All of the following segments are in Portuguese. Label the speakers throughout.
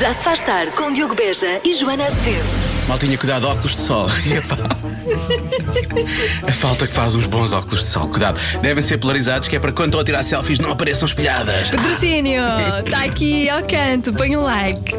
Speaker 1: Já se faz tarde com Diogo Beja e Joana Azevedo.
Speaker 2: Mal tinha cuidado óculos de sol. E a, fa- a falta que faz uns bons óculos de sol. Cuidado. Devem ser polarizados, que é para quando estão a tirar selfies não apareçam espelhadas.
Speaker 3: Patrocínio, está aqui ao canto, põe um like.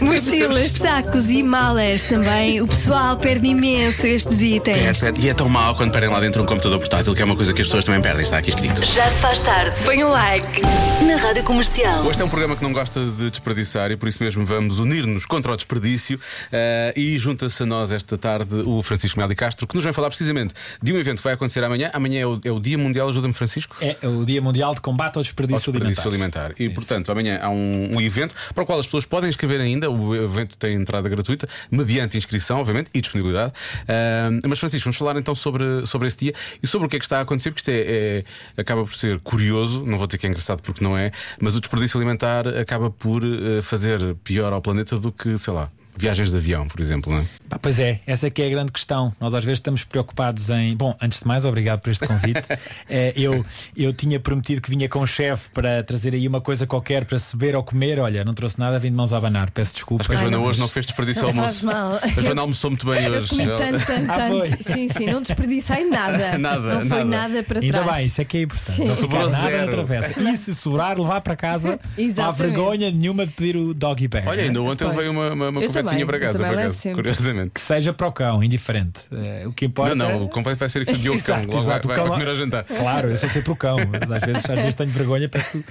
Speaker 3: Mochilas, sacos e malas também. O pessoal perde imenso estes
Speaker 2: É,
Speaker 3: itens.
Speaker 2: pera- E é tão mau quando perdem lá dentro um computador portátil, que é uma coisa que as pessoas também perdem, está aqui escrito.
Speaker 1: Já se faz tarde
Speaker 3: Põe um like.
Speaker 1: na Rádio Comercial.
Speaker 2: Este é um programa que não gosta de desperdiçar e por isso mesmo vamos unir-nos contra o desperdício. eh, e junta-se a nós esta tarde o Francisco Meli Castro, que nos vai falar precisamente de um evento que vai acontecer amanhã. Amanhã é o, é o Dia Mundial, ajuda-me, Francisco.
Speaker 4: É o Dia Mundial de Combate ao Desperdício,
Speaker 2: Ao desperdício alimentar. E, portanto, amanhã há um, um evento para o qual as pessoas podem escrever ainda. O evento tem entrada gratuita, mediante inscrição, obviamente, e disponibilidade. Ahm, mas, Francisco, vamos falar então sobre, sobre esse dia e sobre o que é que está a acontecer, porque isto é, é- acaba por ser curioso. Não vou dizer que é engraçado porque não é, mas o desperdício alimentar acaba por eh, fazer pior ao planeta do que, sei lá. Viagens de avião, por exemplo, não é?
Speaker 4: Pá, pois é, essa é que é a grande questão. Nós às vezes estamos preocupados em. Bom, antes de mais, obrigado por este convite. Eh, eu, eu tinha prometido que vinha com o chefe para trazer aí uma coisa qualquer para se beber ou comer. Olha, não trouxe nada, vim de mãos a abanar. Peço desculpa.
Speaker 2: Acho que a Joana hoje não fez desperdício ao
Speaker 3: Não
Speaker 2: almoço.
Speaker 3: faz mal.
Speaker 2: A Joana almoçou muito bem
Speaker 3: Eu
Speaker 2: hoje.
Speaker 3: comi tanto, tanto,
Speaker 4: Ah, foi?
Speaker 3: tanto. Sim, sim, não desperdicei nada.
Speaker 2: Nada,
Speaker 3: Não foi
Speaker 2: nada.
Speaker 3: nada para
Speaker 4: Ainda
Speaker 3: trás.
Speaker 4: bem, isso é que é importante.
Speaker 3: Sim.
Speaker 4: Não ficar
Speaker 2: Sobrou
Speaker 4: nada na
Speaker 2: zero.
Speaker 4: travessa. E se sobrar, levar para casa, não há
Speaker 3: Exatamente.
Speaker 4: vergonha nenhuma de pedir o doggy bag.
Speaker 2: Olha,
Speaker 4: né?
Speaker 2: ainda ontem
Speaker 3: Pois.
Speaker 2: veio uma, uma, uma
Speaker 3: Eu
Speaker 2: confetinha
Speaker 3: também,
Speaker 2: para
Speaker 3: eu
Speaker 2: casa,
Speaker 3: também
Speaker 2: para
Speaker 3: levo
Speaker 2: casa,
Speaker 3: sempre.
Speaker 2: curiosamente.
Speaker 4: Que seja para o cão, indiferente. Eh, o que importa.
Speaker 2: Não, não, o convite vai ser aqui o Diogo Cão.
Speaker 4: Exato,
Speaker 2: Logo vai,
Speaker 4: exato, o
Speaker 2: vai
Speaker 4: cão-
Speaker 2: comer ao jantar.
Speaker 4: Claro, eu sou sempre o cão, mas às vezes, às vezes tenho vergonha e peço,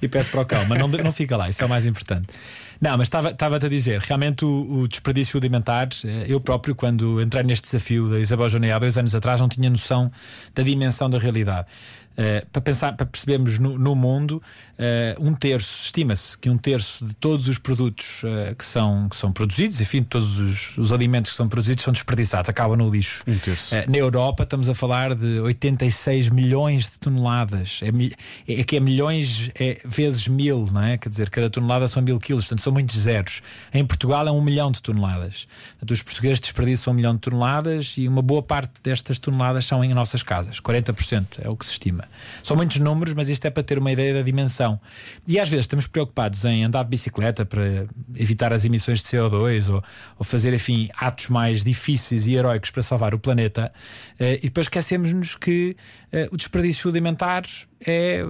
Speaker 4: e peço para o cão, mas não, não fica lá, isso é o mais importante. Não, mas estava- estava-te a dizer, realmente o, o desperdício alimentar, eh, eu próprio, quando entrei neste desafio da Isabel Joné há dois anos atrás, não tinha noção da dimensão da realidade. Eh, para, pensar, para percebermos no, no mundo, eh, um terço, estima-se que um terço de todos os produtos eh, que, são, que são produzidos, enfim, de todos os, os alimentos que são produzidos são desperdiçados, acabam no lixo.
Speaker 2: Um terço.
Speaker 4: Eh, na Europa estamos a falar de 86 milhões de toneladas. É, mi- é é que é milhões é, vezes mil, não é? Quer dizer, cada tonelada são mil quilos, portanto são muitos zeros. Em Portugal é um milhão de toneladas. Portanto, os portugueses desperdiçam um milhão de toneladas e uma boa parte destas toneladas são em nossas casas. 40% é o que se estima. São muitos números, mas isto é para ter uma ideia da dimensão. E às vezes estamos preocupados em andar de bicicleta para evitar as emissões de CO2 ou, ou fazer, enfim, atos mais difíceis e heróicos para salvar o planeta eh, e depois esquecemos-nos que eh, o desperdício alimentar é, eh,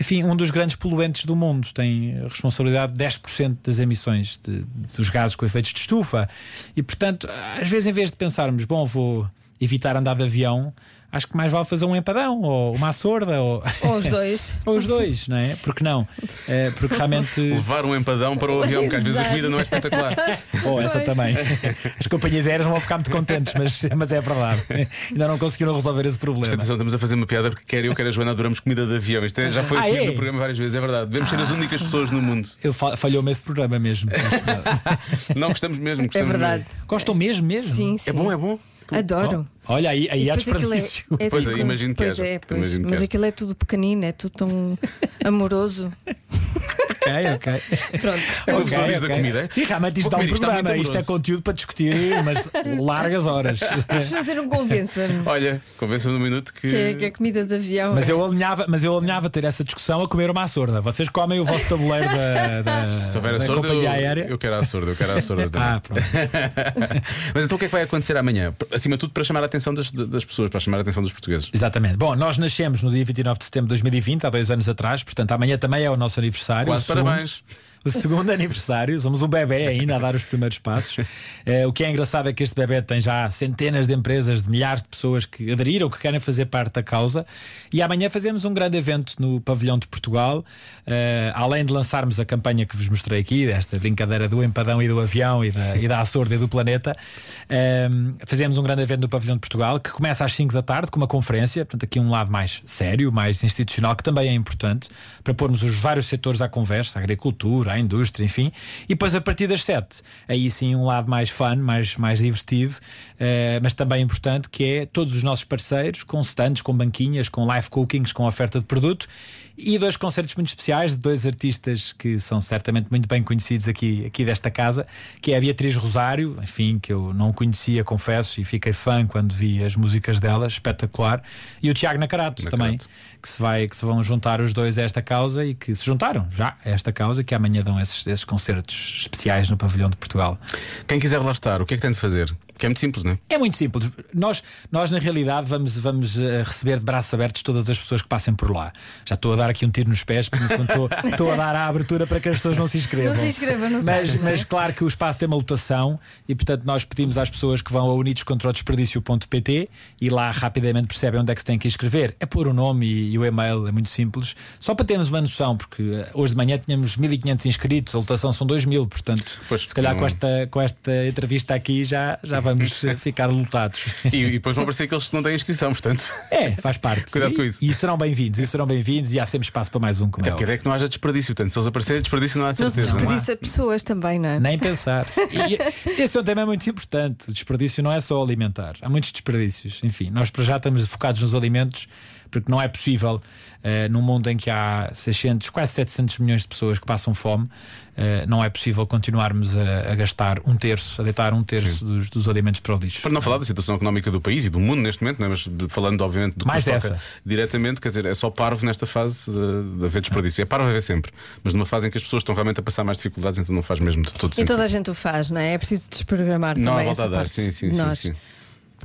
Speaker 4: enfim, um dos grandes poluentes do mundo. Tem a responsabilidade de 10% das emissões de- dos gases com efeitos de estufa. E, portanto, às vezes, em vez de pensarmos, bom, vou evitar andar de avião, acho que mais vale fazer um empadão ou uma sorda ou.
Speaker 3: Ou os dois.
Speaker 4: Ou os dois, não é? Porque não? Eh, porque realmente.
Speaker 2: Levar um empadão para o avião, que às vezes a comida não é espetacular.
Speaker 4: Ou
Speaker 2: é?
Speaker 4: essa também. As companhias aéreas não vão ficar muito contentes, mas, mas é verdade. Ainda não conseguiram resolver esse
Speaker 2: Mas
Speaker 4: problema.
Speaker 2: atenção, estamos a fazer uma piada porque quer eu, quer a Joana, adoramos comida de avião. Isto é- já foi
Speaker 4: Ah,
Speaker 2: assumido
Speaker 4: é? Ah.
Speaker 2: no programa várias vezes, é verdade. Devemos ser as únicas pessoas no mundo.
Speaker 4: Eu fa- falhou-me esse programa mesmo.
Speaker 2: Não gostamos mesmo,
Speaker 3: É
Speaker 2: gostamos
Speaker 3: verdade.
Speaker 2: mesmo.
Speaker 4: Gostam mesmo, mesmo? Oh,
Speaker 3: Sim, sim.
Speaker 2: É bom, é bom.
Speaker 3: Adoro.
Speaker 4: Olha, aí, aí há
Speaker 3: Pois aquilo é-
Speaker 4: desperdício.
Speaker 3: é
Speaker 2: Pois é,
Speaker 3: tudo-
Speaker 2: imagino que
Speaker 3: pois
Speaker 2: haja,
Speaker 3: é, pois.
Speaker 2: imagino que
Speaker 3: Mas
Speaker 2: haja.
Speaker 3: aquilo é tudo pequenino, é tudo tão amoroso.
Speaker 4: ok, ok.
Speaker 3: Pronto.
Speaker 2: É uma
Speaker 4: Ok,
Speaker 2: pessoa diz da
Speaker 4: ok.
Speaker 2: comida.
Speaker 4: Sim, realmente isto
Speaker 2: Vou
Speaker 4: dá um
Speaker 2: comer isto, está
Speaker 4: programa.
Speaker 2: muito
Speaker 4: Isto é
Speaker 2: amoroso.
Speaker 4: conteúdo para discutir umas largas horas.
Speaker 3: Vamos fazer um convença-me
Speaker 2: Olha, convença-me num minuto que.
Speaker 3: que, é- que a comida de avião.
Speaker 4: Mas
Speaker 3: é-
Speaker 4: eu alinhava, mas eu alinhava ter essa discussão a comer uma à sorda. Vocês comem o vosso tabuleiro da, da,
Speaker 2: Se houver a
Speaker 4: da
Speaker 2: sorda,
Speaker 4: companhia
Speaker 2: eu,
Speaker 4: aérea.
Speaker 2: eu quero a sorda, eu quero a sorda também.
Speaker 4: Ah, pronto.
Speaker 2: Mas então o que é que vai acontecer amanhã? Acima de tudo, para chamar a atenção das, das pessoas, para chamar a atenção dos portugueses.
Speaker 4: Exatamente. Bom, nós nascemos no dia 29 de setembro de 2020, há dois anos atrás, portanto amanhã também é o nosso aniversário.
Speaker 2: Quase
Speaker 4: o segundo-
Speaker 2: parabéns.
Speaker 4: O segundo aniversário, somos um bebê ainda a dar os primeiros passos. Eh, o que é engraçado é que este bebê tem já centenas de empresas, de milhares de pessoas que aderiram, que querem fazer parte da causa. E amanhã fazemos um grande evento no Pavilhão de Portugal. Eh, além de lançarmos a campanha que vos mostrei aqui, desta brincadeira do empadão e do avião e da, e da açorda e do planeta, ehm, fazemos um grande evento no Pavilhão de Portugal que começa às 5 da tarde com uma conferência. Portanto, aqui um lado mais sério, mais institucional, que também é importante para pormos os vários setores à conversa, a agricultura, a indústria, enfim. E depois a partir das 7, aí sim um lado mais fun, mais, mais divertido, eh, mas também importante, que é todos os nossos parceiros com stands, com banquinhas, com live cookings, com oferta de produto. E dois concertos muito especiais de dois artistas que são certamente muito bem conhecidos aqui, aqui desta casa, que é a Beatriz Rosário, enfim, que eu não conhecia, confesso, e fiquei fã quando vi as músicas dela, espetacular, e o Tiago Nacarato
Speaker 2: Nacarato.
Speaker 4: também, que se, vai, que se vão juntar os dois a esta causa e que se juntaram já a esta causa, e que amanhã dão esses, esses concertos especiais no Pavilhão de Portugal.
Speaker 2: Quem quiser lá estar, o que é que tem de fazer? Que é muito simples, não é?
Speaker 4: É muito simples. Nós, nós na realidade, vamos, vamos eh, receber de braços abertos todas as pessoas que passem por lá. Já estou a dar aqui um tiro nos pés, porque no fundo, estou, estou a dar a abertura para que as pessoas não se inscrevam.
Speaker 3: Não se inscrevam, não se
Speaker 4: mas,
Speaker 3: inscrevam, não é?
Speaker 4: mas claro que o espaço tem uma lotação e, portanto, nós pedimos às pessoas que vão a unidoscontraodesperdício.pt e lá rapidamente percebem onde é que se tem que inscrever. É pôr o nome e, e o e-mail, é muito simples. Só para termos uma noção, porque eh, hoje de manhã tínhamos 1.500 inscritos, a lotação são 2.000, portanto,
Speaker 2: Pois,
Speaker 4: se calhar
Speaker 2: não-
Speaker 4: com esta esta- com esta entrevista aqui já, já vamos eh, ficar lutados.
Speaker 2: E, e depois vão aparecer aqueles que não têm inscrição, portanto.
Speaker 4: É, faz parte.
Speaker 2: Cuidado
Speaker 4: E-
Speaker 2: com isso.
Speaker 4: E serão bem-vindos, e serão bem-vindos, e há sempre espaço para mais um como
Speaker 2: Até
Speaker 4: é
Speaker 2: porque a
Speaker 4: óbvio.
Speaker 2: ideia é que não haja desperdício, portanto, se eles aparecerem, desperdício não há de
Speaker 5: Não se
Speaker 2: certeza. não há.
Speaker 5: desperdiça pessoas também, não é?
Speaker 4: Nem pensar. E esse é um tema muito importante. O desperdício não é só alimentar. Há muitos desperdícios. Enfim, nós para já estamos focados nos alimentos, porque não é possível, eh, num mundo em que há 600, quase 700 milhões de pessoas que passam fome, eh, não é possível continuarmos a, a gastar um terço, a deitar um terço dos, dos alimentos para o lixo. é?
Speaker 2: Para não falar da situação económica do país e do mundo neste momento, não é? mas de- falando obviamente do que
Speaker 4: Mais
Speaker 2: nos toca
Speaker 4: essa.
Speaker 2: diretamente, quer dizer, é só parvo nesta fase eh, de, de haver desperdício. É parvo haver sempre, mas numa fase em que as pessoas estão realmente a passar mais dificuldades, então não faz mesmo de todo
Speaker 5: E
Speaker 2: sentido.
Speaker 5: toda a gente o faz, não é? É preciso desprogramar
Speaker 2: Não há
Speaker 5: também.
Speaker 2: volta
Speaker 5: essa
Speaker 2: a dar,
Speaker 5: parte
Speaker 2: sim, sim,
Speaker 5: de
Speaker 2: sim,
Speaker 5: nós.
Speaker 2: sim.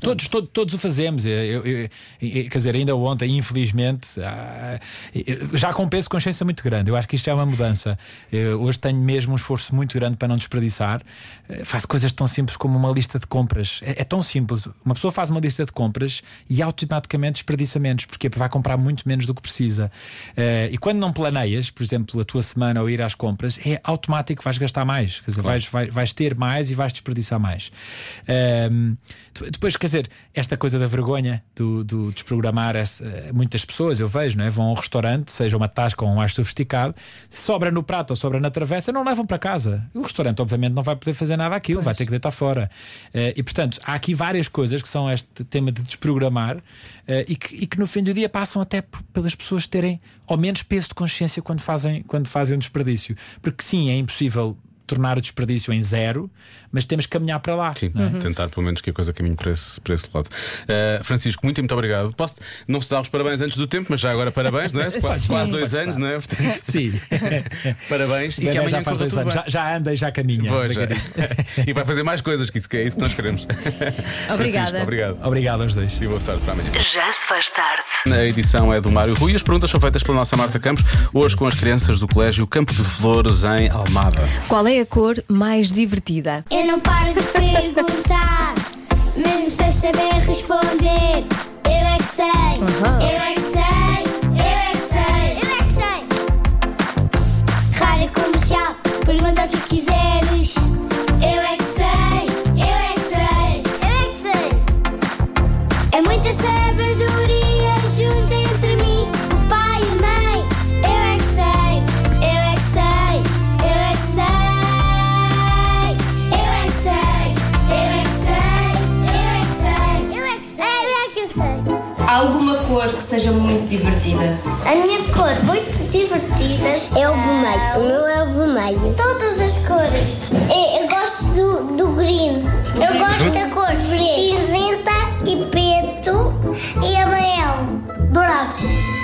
Speaker 4: Todos, to- todos o fazemos. Eu- eu- eu- eu- quer dizer, ainda ontem, infelizmente, ah, eu- já com um peso de consciência muito grande. Eu acho que isto é uma mudança. Eu hoje tenho mesmo um esforço muito grande para não desperdiçar. Eh, Faço coisas tão simples como uma lista de compras. É, é tão simples. Uma pessoa faz uma lista de compras e automaticamente desperdiça menos, porque é vai comprar muito menos do que precisa. Eh, e quando não planeias, por exemplo, a tua semana ou ir às compras, é automático que vais gastar mais. Quer dizer, vais, vai- vais ter mais e vais desperdiçar mais. Ehm, Ahm, Hum, de- depois, quer dizer, esta coisa da vergonha do, do desprogramar essa- eh, muitas pessoas, eu vejo, não é? vão a um restaurante, seja uma tasca ou um mais sofisticado, sobra no prato ou sobra na travessa, não levam para casa. O restaurante, obviamente, não vai poder fazer nada aquilo, vai ter que deitar fora. Eh, e, portanto, há aqui várias coisas que são este tema de desprogramar eh, e, que, e que no fim do dia passam até por- pelas pessoas terem ao menos peso de consciência quando fazem, quando fazem um desperdício. Porque sim, é impossível tornar o desperdício em zero, mas temos que caminhar para lá.
Speaker 2: Sim, Uhum.
Speaker 4: não é?
Speaker 5: Uhum.
Speaker 2: tentar pelo menos que a coisa caminhe para esse, para esse lado. Uh, Francisco, muito, muito obrigado. Posso não se dar os parabéns antes do tempo, mas já agora parabéns, não é? Quase,
Speaker 4: Podes,
Speaker 2: quase
Speaker 4: não,
Speaker 2: dois
Speaker 4: podes
Speaker 2: anos,
Speaker 4: dar.
Speaker 2: não é? Portanto,
Speaker 4: Sim.
Speaker 2: parabéns e que
Speaker 4: Bebé
Speaker 2: amanhã
Speaker 4: já faz
Speaker 2: corra
Speaker 4: dois
Speaker 2: tudo
Speaker 4: anos, já,
Speaker 2: bem.
Speaker 4: já anda e já caminha.
Speaker 2: Pois, já.
Speaker 4: devagarinho.
Speaker 2: e vai fazer mais coisas que isso que é isso que nós queremos. Francisco,
Speaker 5: Obrigada.
Speaker 2: obrigado.
Speaker 4: Obrigado aos dois.
Speaker 2: E boa sorte para amanhã.
Speaker 1: Já se faz tarde.
Speaker 2: A edição é do Mário Rui. As perguntas são feitas pela nossa Marta Campos, hoje com as crianças do Colégio Campo de Flores, em Almada.
Speaker 5: Qual é a cor mais divertida?
Speaker 6: Eu não paro de perguntar, mesmo sem saber responder. Eu é que sei, eu é que sei, eu é que sei, eu é que sei. Rádio comercial, pergunta o que quiseres. Eu é que sei, eu é que sei, eu é que sei. É muita sabedoria junta entre mim, o pai e a mãe. Eu é que sei, eu é que sei, eu é que sei. Eu é que sei, eu é que sei, eu é que sei, eu é que sei. Eu é que sei.
Speaker 7: Há alguma cor que seja muito divertida?
Speaker 6: A minha cor muito divertida é o vermelho. O meu é o vermelho. Todas as cores. É, Eu, gosto do, do green. Eu gosto da cor cinzenta e preto e amarelo. Dourado.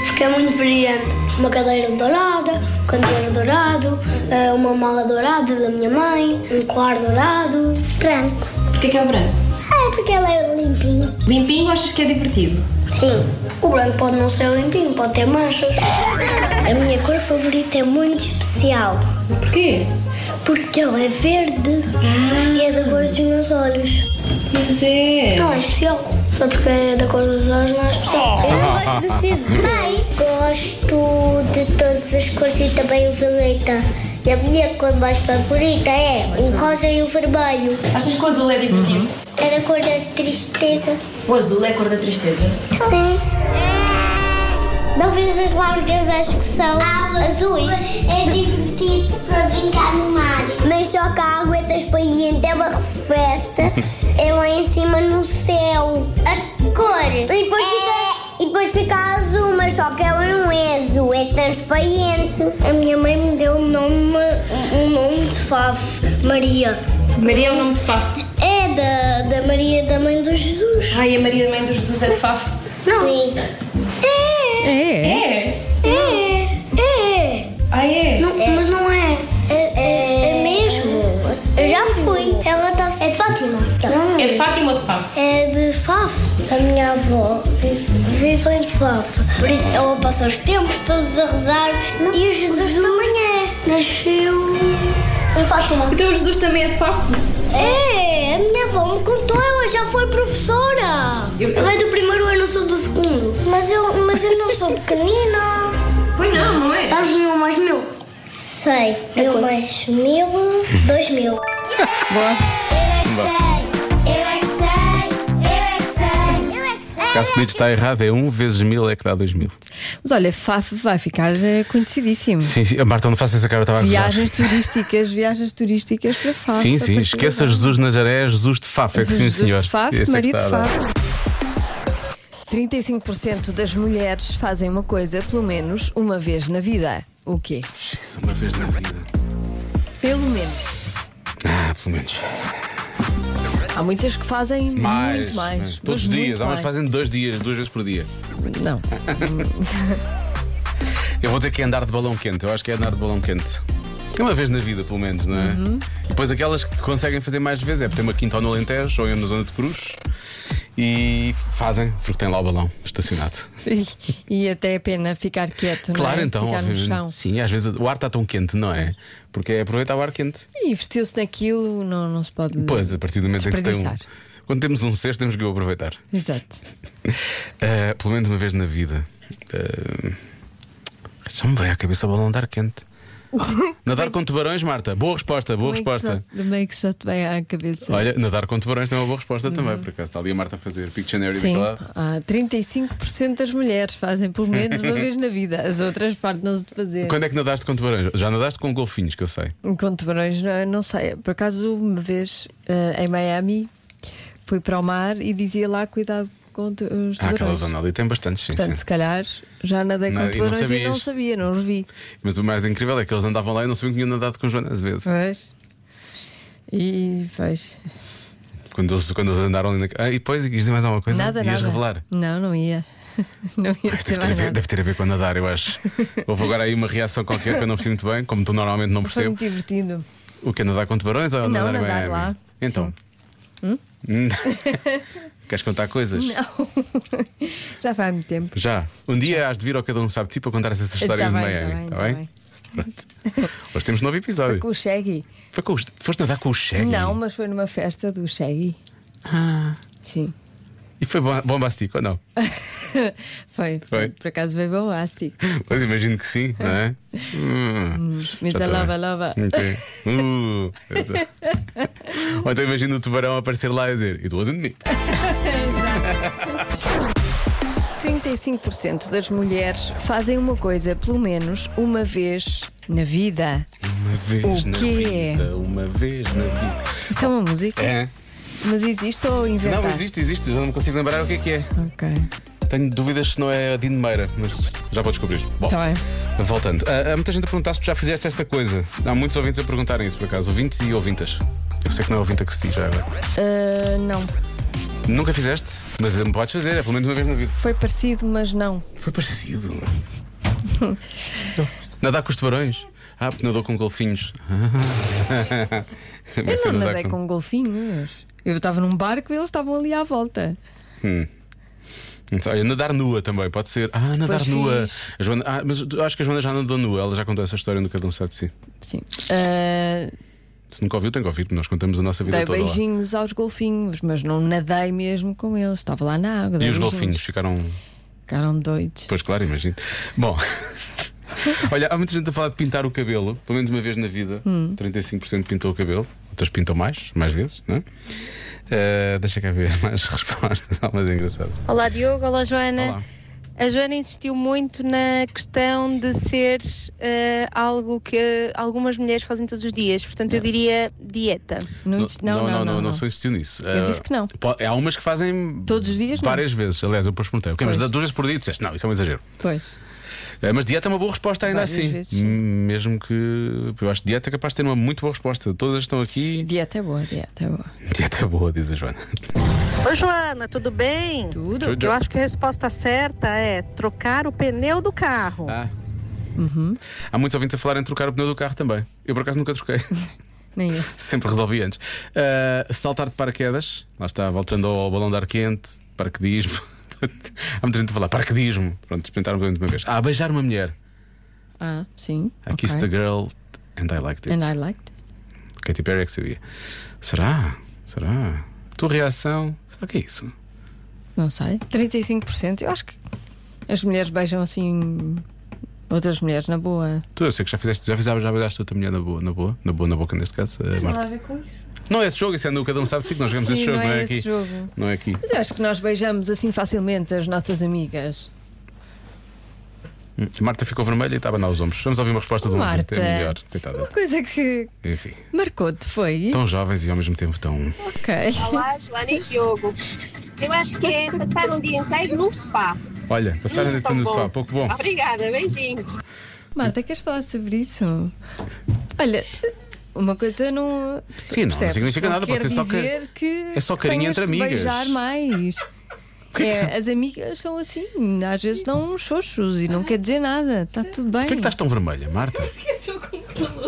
Speaker 6: Fiquei muito brilhante. Uma cadeira dourada, um candeeiro dourado, eh, uma mala dourada da minha mãe, um colar dourado. Branco.
Speaker 7: Porquê que é o branco?
Speaker 6: Ah, porque ela é limpinha.
Speaker 7: Limpinho achas que é divertido?
Speaker 6: Sim, o branco pode não ser limpinho, pode ter manchas. A minha cor favorita é muito especial,
Speaker 7: Porquê? Ah.
Speaker 6: porque ela é verde e é da cor dos meus olhos.
Speaker 7: Mas é.
Speaker 6: Não é especial, só porque é da cor dos olhos não é especial. Eu não gosto de cinzento. Gosto de todas as cores e também o violeta. E a minha cor mais favorita é o rosa e o vermelho.
Speaker 7: Achas que o azul é divertido?
Speaker 6: É da cor da tristeza.
Speaker 7: O azul é a cor da tristeza.
Speaker 6: Sim. Não vês as lárgadas que são azuis? É divertido para brincar no mar. Mas só que a água é transparente, é uma refleta, é lá em cima no céu. A cor. E depois, fica, depois fica azul, mas só que ela não é azul, é transparente. A minha mãe me deu um nome, um nome de fave, Maria.
Speaker 7: Maria é o nome de Fafo.
Speaker 6: É da, da Maria, da mãe do Jesus.
Speaker 7: Ai, a Maria Mãe do Jesus é de Fafo.
Speaker 6: Não. Sim. É.
Speaker 5: É.
Speaker 7: É?
Speaker 6: É. É.
Speaker 7: Ah, é?
Speaker 6: Mas não é. É, mesmo. Eu já fui. Ela está É de Fátima.
Speaker 7: É de Fátima ou de Fafo?
Speaker 6: É de Fafo. A minha avó vive, vive em Fafo. Por isso ela passa os tempos todos a rezar. E o Jesus também é. Nasceu em Fátima.
Speaker 7: Então o Jesus também é de Fafo.
Speaker 6: É, a minha avó me contou, ela já foi professora. Ela é do primeiro ano, eu sou do segundo. Mas eu, mas eu não sou pequenina.
Speaker 7: Pois não, não é?
Speaker 6: Sabes mil mais mil? É Sei. Mil mais mil, dois mil. é
Speaker 2: Caso Pedido está errado, é 1 vezes 1000 é que dá 2000.
Speaker 5: Mas olha, Faf vai ficar eh, conhecidíssimo.
Speaker 2: Sim, sim. Marta, não faça essa cara, eu estava a gozar.
Speaker 5: Viagens é turísticas, viagens turísticas para Faf.
Speaker 2: Sim, sim, esqueça Jesus de Nazaré, Jesus de Faf, é que sim, senhor.
Speaker 5: Jesus de Faf,
Speaker 2: Esse é que
Speaker 5: Maria
Speaker 2: está a
Speaker 5: de
Speaker 2: dar.
Speaker 5: Faf. 35% das mulheres fazem uma coisa pelo menos uma vez na vida. O quê?
Speaker 2: Isso, uma vez na vida.
Speaker 5: Pelo menos.
Speaker 2: Ah, pelo menos.
Speaker 5: Há muitas que fazem
Speaker 2: Mais.
Speaker 5: muito mais.
Speaker 2: né?
Speaker 5: mas
Speaker 2: Todos os dias,
Speaker 5: muito
Speaker 2: há umas que
Speaker 5: mais.
Speaker 2: fazem dois dias, duas vezes por dia.
Speaker 5: Não.
Speaker 2: Eu vou ter que é andar de balão quente, eu acho que é andar de balão quente. Que é uma vez na vida, pelo menos, não é?
Speaker 5: Uhum.
Speaker 2: E Depois aquelas que conseguem fazer mais vezes, é porque tem uma quinta ou no Alentejo ou na Zona de Cruz e fazem, porque tem lá o balão estacionado.
Speaker 5: E, e até é pena ficar quieto, não
Speaker 2: Claro,
Speaker 5: é?
Speaker 2: então,
Speaker 5: Ficar no
Speaker 2: obviamente.
Speaker 5: chão.
Speaker 2: Sim, às vezes o ar está tão quente, não é? Porque é aproveitar o ar quente.
Speaker 5: E vestiu-se naquilo, não, não se pode.
Speaker 2: Pois, é. a partir do momento em que se tem um.
Speaker 5: Desperdiçar.
Speaker 2: Quando temos um cesto, temos que o aproveitar.
Speaker 5: Exato.
Speaker 2: Ah, pelo menos uma vez na vida. Ah, só me veio à cabeça o balão de ar quente. Nadar com tubarões, Marta. Boa resposta, boa resposta.
Speaker 5: Meio que só te vem à cabeça.
Speaker 2: Olha, nadar com tubarões tem uma boa resposta também, por acaso. Está ali a Marta a fazer Pictionary
Speaker 5: Uhum. Sim,
Speaker 2: daquela.
Speaker 5: ah, 35% das mulheres fazem pelo menos uma vez na vida. As outras fartam-se de fazer. Um
Speaker 2: Quando é que nadaste com tubarões? Já nadaste com golfinhos, que eu sei.
Speaker 5: Com tubarões, não, não sei. Por acaso, uma vez eh, em Miami, fui para o mar e dizia lá: cuidado com tu- os tubarões.
Speaker 2: Ah, aquela zona ali tem bastantes, sim,
Speaker 5: Portanto,
Speaker 2: sim.
Speaker 5: se calhar já nadei com
Speaker 2: Não, e não
Speaker 5: tubarões e
Speaker 2: sabias.
Speaker 5: não sabia, não os vi.
Speaker 2: Mas o mais incrível é que eles andavam lá e não sabiam que tinham nadado com Joana às vezes.
Speaker 5: Pois. E pois.
Speaker 2: Quando eles, quando eles andaram ali na... Ah, e depois, quis dizer mais alguma coisa?
Speaker 5: Uhum. Nada,
Speaker 2: Ias
Speaker 5: nada.
Speaker 2: revelar?
Speaker 5: Não, não ia. Não ia
Speaker 2: Ai,
Speaker 5: dizer
Speaker 2: Deve ter, a
Speaker 5: mais
Speaker 2: ver,
Speaker 5: nada.
Speaker 2: deve ter a ver com nadar, eu acho. Houve agora aí uma reação qualquer que eu não percebi muito bem, como tu normalmente não
Speaker 5: Foi
Speaker 2: percebo.
Speaker 5: muito divertido.
Speaker 2: O que é nadar com tubarões ou
Speaker 5: Não,
Speaker 2: nadar, em
Speaker 5: nadar
Speaker 2: Miami?
Speaker 5: lá. Hum?
Speaker 2: Então. Queres contar coisas?
Speaker 5: Não. já faz muito tempo.
Speaker 2: Já. Um dia has de vir ao Cada Um Sabe Tipo a contar essas histórias
Speaker 5: Tá
Speaker 2: de
Speaker 5: bem, tá
Speaker 2: Miami,
Speaker 5: bem,
Speaker 2: está
Speaker 5: tá
Speaker 2: bem?
Speaker 5: bem.
Speaker 2: Pronto. Hoje temos novo episódio.
Speaker 5: Com o Shaggy.
Speaker 2: Foi com os- Foste nadar com o Shaggy? Ah.
Speaker 5: Não, mas foi numa festa do Shaggy. Sim.
Speaker 2: E foi bom- bombástico ou não?
Speaker 5: Foi,
Speaker 2: Foi.
Speaker 5: foi. Por acaso veio bombástico.
Speaker 2: Pois imagino que sim, não é? Hum,
Speaker 5: Mas
Speaker 2: já
Speaker 5: a
Speaker 2: tá
Speaker 5: lava,
Speaker 2: bem.
Speaker 5: lava.
Speaker 2: Ok. Uh, ou então imagino o tubarão aparecer lá e dizer: It wasn't me.
Speaker 5: 35% das mulheres fazem uma coisa pelo menos uma vez na vida.
Speaker 2: Uma vez
Speaker 5: O
Speaker 2: na
Speaker 5: quê?
Speaker 2: vida, uma vez na vida.
Speaker 5: Isso é uma música?
Speaker 2: É?
Speaker 5: Mas existe ou
Speaker 2: Não,
Speaker 5: inventaste?
Speaker 2: existe, existe, já não me consigo lembrar o que é que é.
Speaker 5: Ok.
Speaker 2: Tenho dúvidas se não é a Dino Meira, mas já vou descobrir. Bom,
Speaker 5: Tá bem.
Speaker 2: voltando. Há há muita gente a perguntar se tu já fizeste esta coisa. Há muitos ouvintes a perguntarem isso, por acaso. Ouvintes e ouvintas. Eu sei que não é ouvinta que se diz já agora.
Speaker 5: Ah, não.
Speaker 2: Nunca fizeste, mas podes fazer, é pelo menos uma vez na vida.
Speaker 5: Foi parecido, mas não.
Speaker 2: Foi parecido. Nadar com os tubarões? Ah, porque nadou com golfinhos.
Speaker 5: Eu não
Speaker 2: um
Speaker 5: nadei com... golfinhos. Eu estava num barco e eles estavam ali à volta.
Speaker 2: Olha, nadar nua também, pode ser. Ah, nadar
Speaker 5: Depois
Speaker 2: nua.
Speaker 5: fiz.
Speaker 2: A Joana, ah, mas eu acho que a Joana já nadou nua, ela já contou essa história no Cada Um Sabe de Si.
Speaker 5: Sim. Ah,
Speaker 2: Se nunca ouviu, tem que ouvir, porque nós contamos a nossa vida
Speaker 5: dei
Speaker 2: toda. lá.
Speaker 5: beijinhos aos golfinhos, mas não nadei mesmo com eles. Estava lá na água.
Speaker 2: E
Speaker 5: dei
Speaker 2: os
Speaker 5: beijinhos.
Speaker 2: golfinhos ficaram.
Speaker 5: Ficaram doidos.
Speaker 2: Pois claro, imagino. Bom. Olha, há muita gente a falar de pintar o cabelo, pelo menos uma vez na vida. 35% pintou o cabelo, outras pintam mais, mais vezes, não é? Eh, deixa cá ver mais respostas, há umas engraçadas.
Speaker 8: Olá Diogo, olá Joana.
Speaker 2: Olá.
Speaker 8: A Joana insistiu muito na questão de ser eh, algo que algumas mulheres fazem todos os dias, portanto eu diria dieta.
Speaker 5: Não,
Speaker 2: Não,
Speaker 5: insisti-
Speaker 2: não, não, não, sou insistiu nisso.
Speaker 5: Eu
Speaker 2: Ah,
Speaker 5: disse que não.
Speaker 2: po- Há umas que fazem.
Speaker 5: Todos os dias, não.
Speaker 2: Várias vezes. Aliás, eu depois perguntei. ok, mas
Speaker 5: Pois.
Speaker 2: dá duas vezes por dia, disseste, não, isso é um exagero.
Speaker 5: Pois.
Speaker 2: Ah, Mas dieta é uma boa resposta ainda
Speaker 5: Várias
Speaker 2: assim.
Speaker 5: vezes, sim.
Speaker 2: Mesmo que. Eu acho que dieta é capaz de ter uma muito boa resposta. Todas estão aqui.
Speaker 5: Dieta é boa, dieta é boa.
Speaker 2: Dieta é boa, diz a Joana.
Speaker 9: Oi, Joana, tudo bem?
Speaker 5: Tudo?
Speaker 2: Tudo.
Speaker 9: Eu acho que a resposta certa é trocar o pneu do carro.
Speaker 2: Ah. Há muitos ouvintes a falar em trocar o pneu do carro também. Eu por acaso nunca troquei.
Speaker 5: Nem eu.
Speaker 2: Sempre resolvi antes. Ah, saltar de paraquedas. Lá está, voltando ao balão de ar quente, paraquedismo. Há muita gente a falar paraquedismo. Pronto, experimentaram de uma vez. Ah, beijar uma mulher.
Speaker 5: Ah, sim.
Speaker 2: I kissed a girl and I liked it.
Speaker 5: And I liked.
Speaker 2: Katy Perry é que sabia. Será? Será? Tua reação? Será que é isso?
Speaker 5: Não sei. 35%. Eu acho que as mulheres beijam assim outras mulheres na boa.
Speaker 2: Tu, eu sei que já fizeste, já fizeste, já beijaste outra mulher na boa, na boa, na boa, na boca neste caso, eh,
Speaker 7: Não há
Speaker 2: Marta.
Speaker 7: a ver com isso.
Speaker 2: Não é esse jogo, isso é no Cada Um Sabe de Si que nós jogamos
Speaker 5: Sim,
Speaker 2: esse jogo,
Speaker 5: não
Speaker 2: não
Speaker 5: é
Speaker 2: é,
Speaker 5: esse
Speaker 2: aqui.
Speaker 5: jogo.
Speaker 2: Não é aqui.
Speaker 5: Mas eu acho que nós beijamos assim facilmente as nossas amigas.
Speaker 2: Hum, Marta ficou vermelha e estava nos ombros. Vamos ouvir uma resposta de um ouvinte,
Speaker 5: Marta.
Speaker 2: é melhor. Coitada.
Speaker 5: Uma coisa que
Speaker 2: Enfim,
Speaker 5: marcou-te foi.
Speaker 2: tão jovens e ao mesmo tempo tão.
Speaker 5: Ok.
Speaker 10: Olá, Joana e Diogo. Eu acho que é passar um dia inteiro no spa.
Speaker 2: Olha, passaram de
Speaker 10: Tão
Speaker 7: Tá
Speaker 2: tudo spa, pouco bom.
Speaker 10: Obrigada, beijinhos.
Speaker 5: Marta, queres falar sobre isso? Olha, uma coisa não.
Speaker 2: Sim, não, não
Speaker 5: percebes?
Speaker 2: significa nada, pode
Speaker 5: quer
Speaker 2: ser só que-
Speaker 5: dizer que.
Speaker 2: é só carinho
Speaker 5: tenhas
Speaker 2: entre
Speaker 5: que
Speaker 2: amigas.
Speaker 5: beijar mais. É, as amigas são assim, às vezes dão uns xoxos e não quer dizer nada, está tudo bem.
Speaker 2: Porquê é que estás tão vermelha, Marta?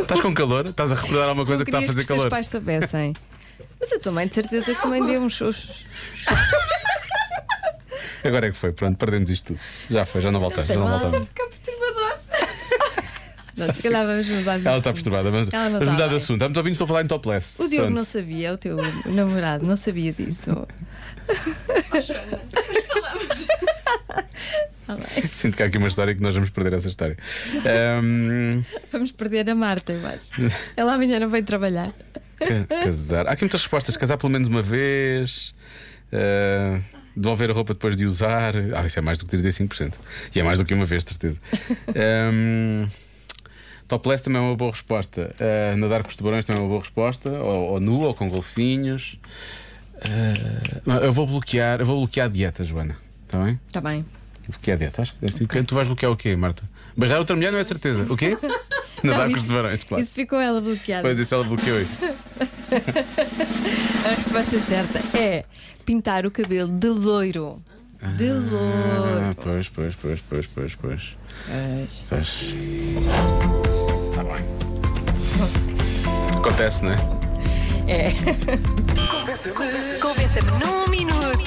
Speaker 2: Estás com calor? Estás a recordar alguma coisa
Speaker 5: não
Speaker 2: que está a fazer
Speaker 5: querias que os teus
Speaker 2: calor?
Speaker 5: pais soubessem. Mas a tua mãe, de certeza, que também deu uns xoxos.
Speaker 2: Agora é que foi, pronto, perdemos isto tudo. Já foi, já não voltamos, já não
Speaker 5: mal.
Speaker 2: voltamos.
Speaker 5: Não, se calhar vamos mudar de
Speaker 2: Ela está
Speaker 5: assunto.
Speaker 2: perturbada, mas
Speaker 5: Ela não
Speaker 2: vamos
Speaker 5: está
Speaker 2: mudar de
Speaker 5: bem.
Speaker 2: assunto. Há muitos ouvintes que estão a falar em topless.
Speaker 5: O Diogo
Speaker 2: Pronto.
Speaker 5: não sabia, o teu namorado não sabia disso.
Speaker 2: Sinto que há aqui uma história que nós vamos perder essa história. Ahm,
Speaker 5: Vamos perder a Marta, eu acho. Ela amanhã não vem trabalhar.
Speaker 2: ca- casar. Há aqui muitas respostas. Casar pelo menos uma vez. ah, devolver a roupa depois de usar. Ah, isso é mais do que 35%. E é mais do que uma vez, de certeza. Ahm, topless também é uma boa resposta. Ah, nadar com os tubarões também é uma boa resposta. Ou, ou nu, ou com golfinhos. Ah, eu vou bloquear, eu vou bloquear a dieta, Joana. Está bem?
Speaker 5: Está Tá bem.
Speaker 2: Bloquear dieta, acho que deve ser. Tu vais bloquear o quê, Marta? Beijar outra mulher não é de certeza. O quê? Nadar com os
Speaker 5: isso-
Speaker 2: tubarões, claro.
Speaker 5: Isso ficou ela bloqueada.
Speaker 2: Pois isso ela bloqueou aí.
Speaker 5: A resposta certa é pintar o cabelo de loiro. De loiro.
Speaker 2: Ah, pois, pois, pois, pois, pois, pois. Pois. Está bem. Acontece, não é?
Speaker 1: Convença-me num minuto.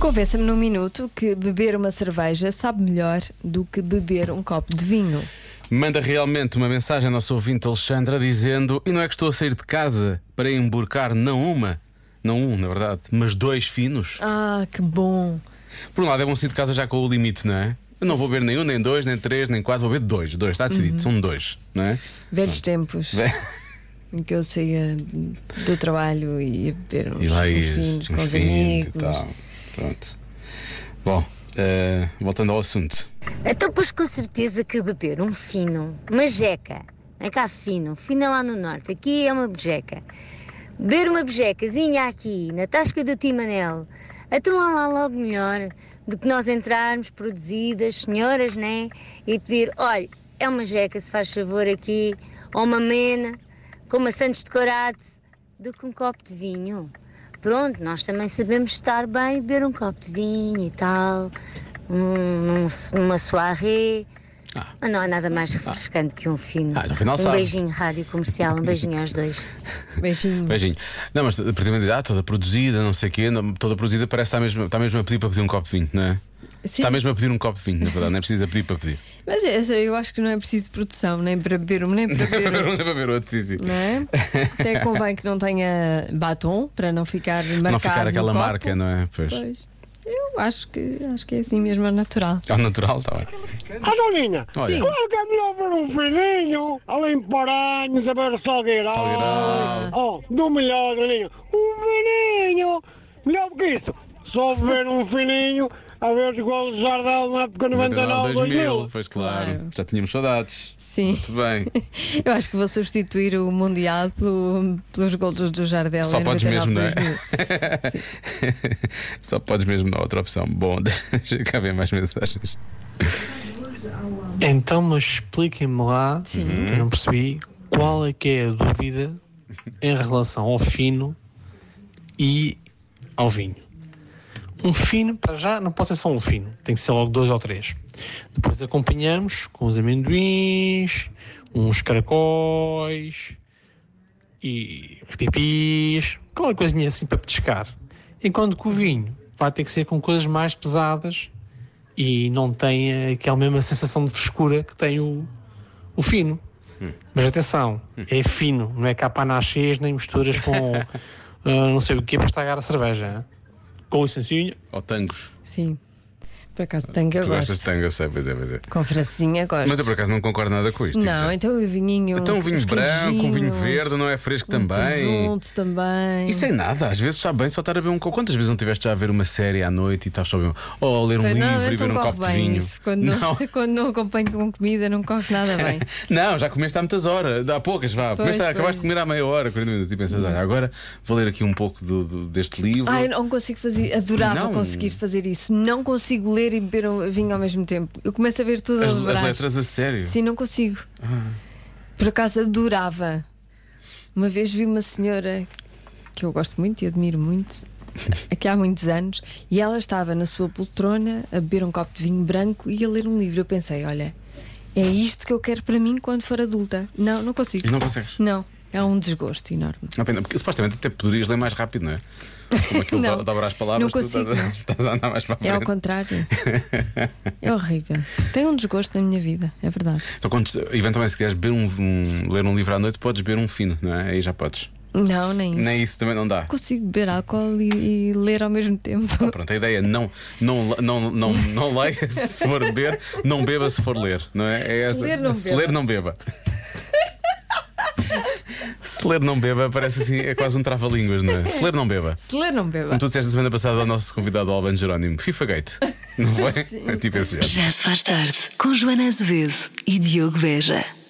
Speaker 5: Convença-me num minuto que beber uma cerveja sabe melhor do que beber um copo de vinho.
Speaker 2: Manda realmente uma mensagem ao nosso ouvinte Alexandra dizendo: E não é que estou a sair de casa para emburcar não uma, não um, na verdade, mas dois finos.
Speaker 5: Ah, que bom.
Speaker 2: Por um lado, é bom sair de casa já com o limite, não é? Eu não vou ver nenhum, nem dois, nem três, nem quatro, vou ver dois, dois, está decidido,
Speaker 5: Uhum.
Speaker 2: são dois, não é?
Speaker 5: Velhos tempos
Speaker 2: Ve-
Speaker 5: em que eu saía do trabalho e ia beber uns,
Speaker 2: E lá
Speaker 5: uns
Speaker 2: ias,
Speaker 5: vinhos com
Speaker 2: uns
Speaker 5: os
Speaker 2: vinhos
Speaker 5: amigos.
Speaker 2: e tal. Pronto. Bom, eh, voltando ao assunto.
Speaker 11: Então, pois com certeza que beber um fino, uma jeca, não é cá fino, fino é lá no norte, aqui é uma bejeca. Beber uma bejecazinha aqui, na tasca do Timanel, então há lá logo melhor do que nós entrarmos produzidas, senhoras, né? E pedir, olha, é uma jeca, se faz favor aqui, ou uma mena, com maçãs de corate, do que um copo de vinho. Pronto, nós também sabemos estar bem, beber um copo de vinho e tal, um- um- uma soirée. Mas não há nada mais refrescante que um fino.
Speaker 2: Ah, no final
Speaker 11: um
Speaker 2: sabe.
Speaker 11: beijinho rádio comercial, um beijinho aos dois.
Speaker 5: Beijinho.
Speaker 2: Beijinho. Não, mas a partir de idade, toda produzida, não sei o quê, não- toda produzida parece que está mesmo, está mesmo a pedir para pedir um copo de vinho, não é?
Speaker 5: Sim.
Speaker 2: Está mesmo a pedir um copo de vinho, na verdade, não é preciso a pedir para pedir.
Speaker 5: Mas essa eu acho que não é preciso produção, nem para beber um, nem para beber
Speaker 2: Para
Speaker 5: outro.
Speaker 2: um, é para ver outro, sim, sim.
Speaker 5: não é? Até convém que não tenha batom para não ficar marcado.
Speaker 2: Não ficar
Speaker 5: no
Speaker 2: aquela
Speaker 5: copo.
Speaker 2: marca, não é? Pois.
Speaker 5: Pois. Eu acho que, acho que é assim mesmo, é natural.
Speaker 2: Ao natural, está bem.
Speaker 9: Ó, Joaninha,
Speaker 2: Olha.
Speaker 9: claro que é melhor ver um fininho ali em Paranhos, a ver o Salgueirão.
Speaker 2: Salgueirão.
Speaker 9: Ó, do melhor, Joaninha, um fininho. Melhor do que isso, só ver um fininho
Speaker 12: a ver igual o Jardel na época 99,
Speaker 2: 2000,
Speaker 12: 2000.
Speaker 2: pois claro. Já tínhamos saudades.
Speaker 5: Sim.
Speaker 2: Muito bem.
Speaker 5: Eu acho que vou substituir o Mundial pelo- pelos golos do Jardel.
Speaker 2: Só
Speaker 5: em
Speaker 2: podes mesmo, não é?
Speaker 5: 99,
Speaker 2: Só podes mesmo dar outra opção. Bom, deixa cá ver mais mensagens.
Speaker 11: Então, mas expliquem-me lá, que eu não percebi, qual é que é a dúvida em relação ao fino e ao vinho. Um fino, para já, não pode ser só um fino, tem que ser logo dois ou três. Depois acompanhamos com os amendoins, uns caracóis e uns pipis, qualquer coisinha assim para petiscar. Enquanto que o vinho vai ter que ser com coisas mais pesadas e não tem eh, aquela mesma sensação de frescura que tem o, o fino. Mas atenção, é fino, não é capanachês nem misturas com eh, não sei o que para estragar a cerveja. eh? Com licencinha.
Speaker 2: Ou tangos.
Speaker 5: Sim. Por acaso, tango eu
Speaker 2: tu
Speaker 5: gosto.
Speaker 2: gostas de tango, eu sei, pois é, pois é.
Speaker 5: Com francesinha gosto.
Speaker 2: Mas eu por acaso não concordo nada com isto.
Speaker 5: Não, então o vinhinho.
Speaker 2: Tipo, Então um vinho
Speaker 5: os
Speaker 2: branco, um vinho
Speaker 5: queijinhos,
Speaker 2: verde, não é fresco
Speaker 5: um
Speaker 2: também.
Speaker 5: Presunto também.
Speaker 2: Isso é nada, às vezes sabe bem só estar a beber um copo. Quantas vezes não tiveste já a ver uma série à noite e estás só a ver um... Ou a ler um
Speaker 5: Foi,
Speaker 2: livro e
Speaker 5: normalmente
Speaker 2: ver um
Speaker 5: não então corre
Speaker 2: copo de
Speaker 5: bem
Speaker 2: vinho?
Speaker 5: Isso, quando,
Speaker 2: não.
Speaker 5: não. quando não acompanho com comida, não corre nada bem.
Speaker 2: Não, já comeste há muitas horas, há poucas, vá.
Speaker 5: Pois,
Speaker 2: Comeste, há-
Speaker 5: pois.
Speaker 2: Acabaste de comer há meia hora, 40 minutos, e pensas, olha, agora vou ler aqui um pouco do- do- deste livro.
Speaker 5: Ai, não consigo fazer, adorava
Speaker 2: Não.
Speaker 5: conseguir fazer isso. Não consigo ler e beber um vinho ao mesmo tempo. Eu começo a ver tudo
Speaker 2: as,
Speaker 5: a dobrar.
Speaker 2: as letras a sério.
Speaker 5: Sim, não consigo.
Speaker 2: Ah.
Speaker 5: Por acaso adorava. Uma vez vi uma senhora que eu gosto muito e admiro muito, aqui há muitos anos, e ela estava na sua poltrona a beber um copo de vinho branco e a ler um livro. Eu pensei, olha, é isto que eu quero para mim quando for adulta. Não, não consigo.
Speaker 2: E não consegues?
Speaker 5: Não, é um desgosto enorme.
Speaker 2: Não, pena, porque supostamente até poderias ler mais rápido, não é? Como aquilo
Speaker 5: Não.
Speaker 2: dá- dobra as palavras,
Speaker 5: Não
Speaker 2: tu estás, a-
Speaker 5: consigo, não.
Speaker 2: estás a andar mais para a
Speaker 5: É ao
Speaker 2: frente.
Speaker 5: contrário. É horrível. Tenho um desgosto na minha vida, é verdade.
Speaker 2: Então, quando, eventualmente, se quiseres beber um, um- ler um livro à noite, podes beber um fino, não é? Aí já podes.
Speaker 5: Não, nem isso.
Speaker 2: Nem isso também não dá.
Speaker 5: Consigo beber álcool e, e ler ao mesmo tempo.
Speaker 2: Pronto, a ideia é não, não, não, não, não leia se for beber, não beba se for ler, não é? é
Speaker 5: Se ler, não
Speaker 2: se
Speaker 5: beba.
Speaker 2: ler, não beba. Se ler não beba, parece assim, é quase um trava-línguas, não é? Se ler não beba.
Speaker 5: Se ler, não beba.
Speaker 2: Como tu disseste a semana passada ao nosso convidado Alban Jerónimo, FIFA Gate, não foi? É tipo esse género.
Speaker 1: Já se faz tarde com Joana Azevedo e Diogo Veja.